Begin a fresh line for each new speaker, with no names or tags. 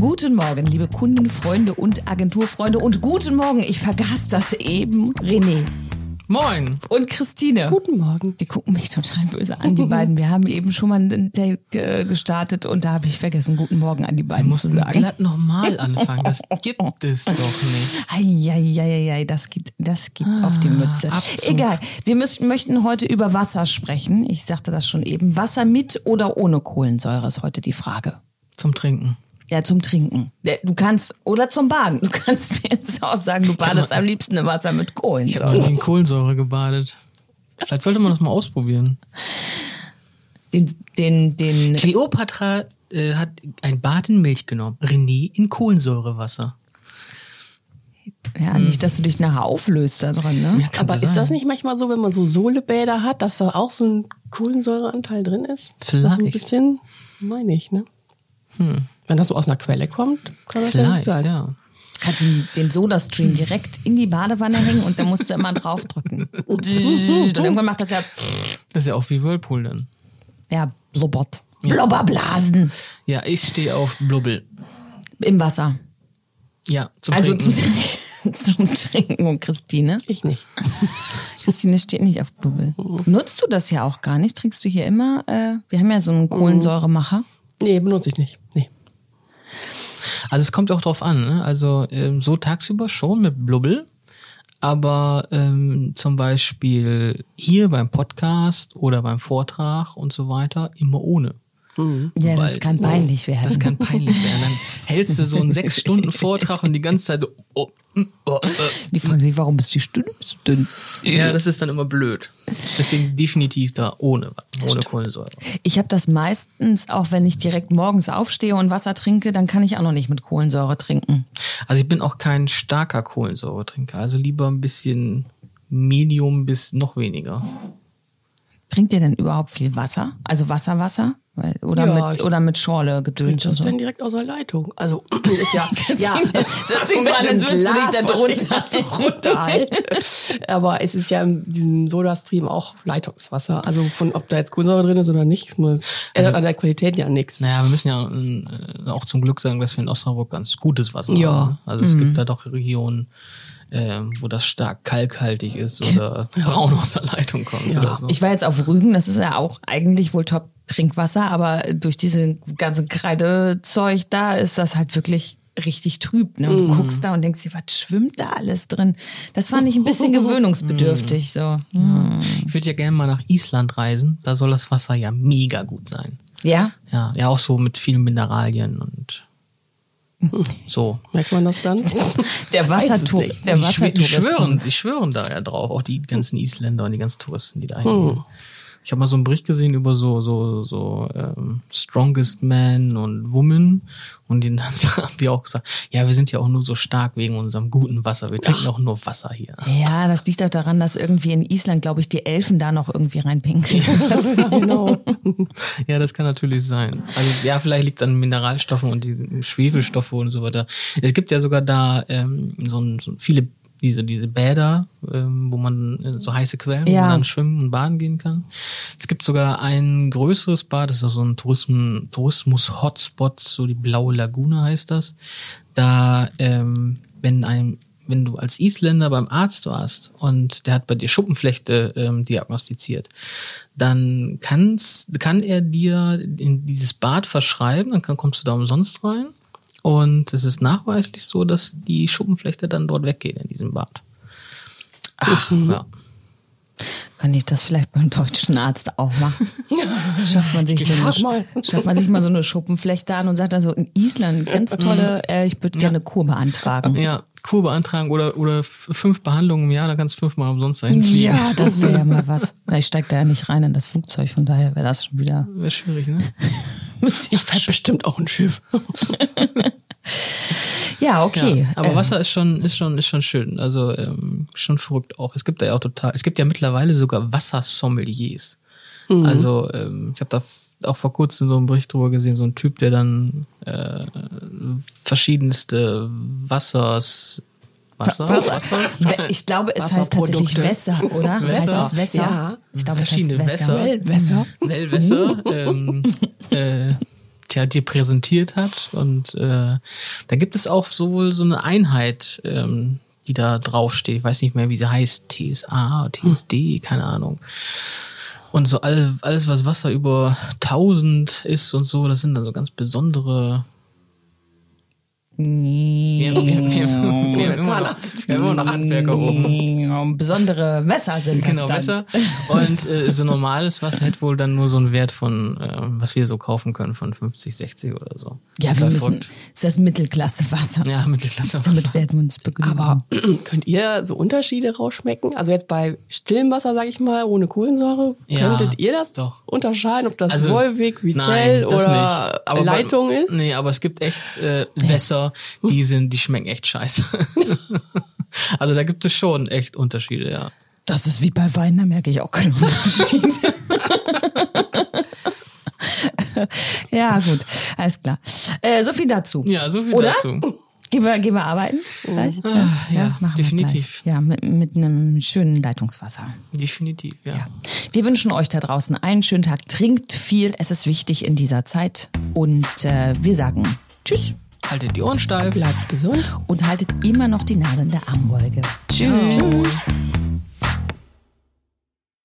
Guten Morgen, liebe Kundenfreunde und Agenturfreunde. Und guten Morgen, ich vergaß das eben, René
Moin.
und Christine.
Guten Morgen.
Die gucken mich total böse an, die beiden. Wir haben eben schon mal einen Take äh, gestartet und da habe ich vergessen, guten Morgen an die beiden
Musst
zu sagen.
glatt nochmal anfangen. Das gibt es doch nicht.
Eieieiei, das gibt, das gibt auf die Mütze.
Abzug.
Egal, wir müssen, möchten heute über Wasser sprechen. Ich sagte das schon eben. Wasser mit oder ohne Kohlensäure ist heute die Frage.
Zum Trinken.
Ja, zum Trinken. Ja, Du kannst, oder zum Baden. Du kannst mir jetzt auch sagen, du badest am liebsten im Wasser mit
Ich habe noch
Kohlensäure.
nie in Kohlensäure gebadet. Vielleicht sollte man das mal ausprobieren.
Den, den, den,
Cleopatra äh, hat ein Bad in Milch genommen. René in Kohlensäurewasser.
ja, nicht, dass du dich nachher auflöst da dran, ne?
kann
Aber
sein.
ist das nicht manchmal so, wenn man so Sohlebäder hat, dass da auch so ein Kohlensäureanteil drin ist? Ist Das so ein
Vielleicht.
bisschen, meine ich, ne?
Hm.
Wenn das so aus einer Quelle kommt, kann das
Vielleicht,
ja gut sein.
ja.
Kannst du den Sodastream direkt in die Badewanne hängen und dann musst du immer draufdrücken. Und irgendwann macht das ja,
Das ist ja auch wie Whirlpool dann.
ja, blubbert. Blubberblasen
Ja, ich stehe auf Blubbel.
im Wasser.
Ja, zum
Also zum,
Trinken.
zum Trinken und Christine.
Ich nicht.
Christine steht nicht auf Blubbel.
Oh.
Nutzt du das ja auch gar nicht? Trinkst du hier immer? Äh, wir haben ja so einen Kohlensäuremacher.
Nee, benutze ich nicht. Nee.
Also es kommt auch drauf an. Ne? Also ähm, so tagsüber schon mit Blubbel. Aber ähm, zum Beispiel hier beim Podcast oder beim Vortrag und so weiter immer ohne.
Ja,
Weil- ne, oh,
das kann peinlich werden.
Das kann peinlich werden. Dann hältst du so einen sechs Stunden Vortrag und die ganze Zeit so. Oh, mm, oh, äh.
Die fragen sich, warum bist du dünn? bist du dünn?
Ja, das ist dann immer blöd. Deswegen definitiv da ohne, ohne Kohlensäure.
Ich habe das meistens, auch wenn ich direkt morgens aufstehe und Wasser trinke, dann kann ich auch noch nicht mit Kohlensäure trinken.
Also ich bin auch kein starker Kohlensäuretrinker. Also lieber ein bisschen Medium bis noch weniger.
Trinkt ihr denn überhaupt viel Wasser? Also Wasser, Wasser? Weil- Oder,
Ja,
mit,
ich-
oder mit Schorle
Trinkt
gedönt und
das
so?
denn direkt aus der Leitung? Also, ist ja. ja.
Setz dich so an, als würdest du dich da drunter-
drunter halten. Aber es ist ja in diesem Sodastream auch Leitungswasser. Also, von ob da jetzt Kohlensäure drin ist oder nicht, muss,
Also
ändert an der Qualität ja nichts.
Naja, wir müssen ja äh, auch zum Glück sagen, dass wir in Osnabrück ganz gutes Wasser
Ja.
haben. ne? Also es gibt da doch Regionen, ähm, wo das stark kalkhaltig ist oder braun aus der Leitung kommt. Oder so.
Ich war jetzt auf Rügen, das ist ja auch eigentlich wohl top Trinkwasser, aber durch diese ganze Kreidezeug da ist das halt wirklich richtig trüb. Ne? Und
Mhm.
du guckst da und denkst dir, was schwimmt da alles drin? Das fand ich ein bisschen gewöhnungsbedürftig. So. Hm.
Ich würde ja gerne mal nach Island reisen. Da soll das Wasser ja mega gut sein.
Ja?
Ja, ja auch so mit vielen Mineralien und Hm. so.
Merkt man das dann?
Der
Wassertour-
Wassertour, der
die, schwö- die, schwören,
Wassertourismus.
die schwören da ja drauf, auch die ganzen Isländer und die ganzen Touristen, die
Hm.
da hingehen. Ich habe mal so einen Bericht gesehen über so so so ähm, Strongest Man und Woman und den haben die auch gesagt, ja wir sind ja auch nur so stark wegen unserem guten Wasser, wir trinken auch nur Wasser hier.
Ja, das liegt auch daran, dass irgendwie in Island, glaube ich, die Elfen da noch irgendwie reinpinkeln. Also,
genau.
Ja, das kann natürlich sein. Also ja, vielleicht liegt es an Mineralstoffen und die Schwefelstoffe und so weiter. Es gibt ja sogar da ähm, so, ein, so viele diese diese Bäder, ähm, wo man äh, so heiße Quellen, wo
Ja.
man dann schwimmen und baden gehen kann. Es gibt sogar ein größeres Bad, das ist so ein Tourism, Tourismus-Hotspot, so die Blaue Lagune heißt das. Da, ähm, wenn ein wenn du als Isländer beim Arzt warst und der hat bei dir Schuppenflechte ähm, diagnostiziert, dann kann's, kann er dir in dieses Bad verschreiben, dann kann, kommst du da umsonst rein und es ist nachweislich so, dass die Schuppenflechte dann dort weggeht in diesem Bad. Ach, ja.
Kann ich das vielleicht beim deutschen Arzt auch machen? Schafft man sich, so eine,
frag mal.
schafft man sich mal so eine Schuppenflechte an und sagt dann so, in Island, ganz tolle, äh, ich würde gerne Kur beantragen.
Ja, Kur beantragen oder, oder f- fünf Behandlungen im Jahr, dann kannst du fünfmal umsonst dahin fliegen.
Ja, das wäre ja mal was. Na, ich steig da ja nicht rein in das Flugzeug, von daher wäre das schon wieder.
Wäre schwierig, ne?
Ich fährt bestimmt auch ein Schiff.
Ja, okay.
Ja, aber
Äh,
Wasser ist schon, ist schon, ist schon schön. Also ähm, schon verrückt auch. Es gibt da ja auch total, es gibt ja mittlerweile sogar Wassersommeliers.
Mhm.
Also ähm, ich habe da auch vor kurzem so einen Bericht drüber gesehen, so ein Typ, der dann äh, verschiedenste Wassers Wasser? Wassers?
we- Ich glaube, es heißt tatsächlich Wässer, oder?
Wässer.
Heißt es Wässer?
Ja.
Ich glaube, es heißt
Verschiedene
Wässer.
Wässer.
Well, besser.
Wellwässer, ähm, äh, tja, dir präsentiert hat. Und äh, da gibt es auch sowohl so eine Einheit, ähm, die da draufsteht. Ich weiß nicht mehr, wie sie heißt. TSA, TSD, keine Ahnung. Und so alle, alles, was Wasser über 1000 ist und so, das sind dann so ganz besondere. Wir, wir, wir, wir, wir, haben immer noch, wir haben immer noch Handwerker oben.
Mm, um, Besondere Messer sind das
Genau,
dann.
besser. Und äh, so normales Wasser hätte wohl dann nur so einen Wert von, äh, was wir so kaufen können, von 50, 60 oder so.
Ja, wir
Total
müssen,
verrückt.
ist das Mittelklassewasser.
Ja, Mittelklasse
Damit werden wir uns begnügen.
Aber könnt ihr so Unterschiede rausschmecken? Also jetzt bei stillem Wasser, sag ich mal, ohne Kohlensäure,
Ja,
könntet ihr das
doch.
unterscheiden, ob das
Also,
Wolwig, Vitell
Nein, das
oder
nicht. Aber bei-
Leitung ist?
Nee, aber es gibt echt äh, Wässer,
Hm?
die sind, die schmecken echt scheiße. also da gibt es schon echt Unterschiede, ja.
das ist wie bei Wein, da merke ich auch keinen Unterschied. ja, gut, alles klar. Äh, so viel dazu.
Ja, so viel
Oder?
dazu.
Gehen wir, gehen wir arbeiten? Gleich?
Ah, ja,
machen wir
definitiv.
gleich. Ja, mit, mit einem schönen Leitungswasser.
Definitiv, ja.
Ja. Wir wünschen euch da draußen einen schönen Tag. Trinkt viel, es ist wichtig in dieser Zeit. Und äh, wir sagen Tschüss
Haltet die Ohren steif.
Bleibt gesund.
und haltet immer noch die Nase in der Armbeuge.
Tschüss.
Tschüss.